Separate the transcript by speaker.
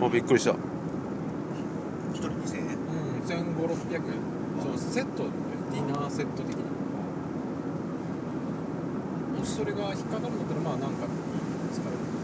Speaker 1: もうびっくりした
Speaker 2: 一人2000円
Speaker 3: うん1500600円そうセットだよディナーセット的なもしそれが引っかかるんだったらまあなんかに使える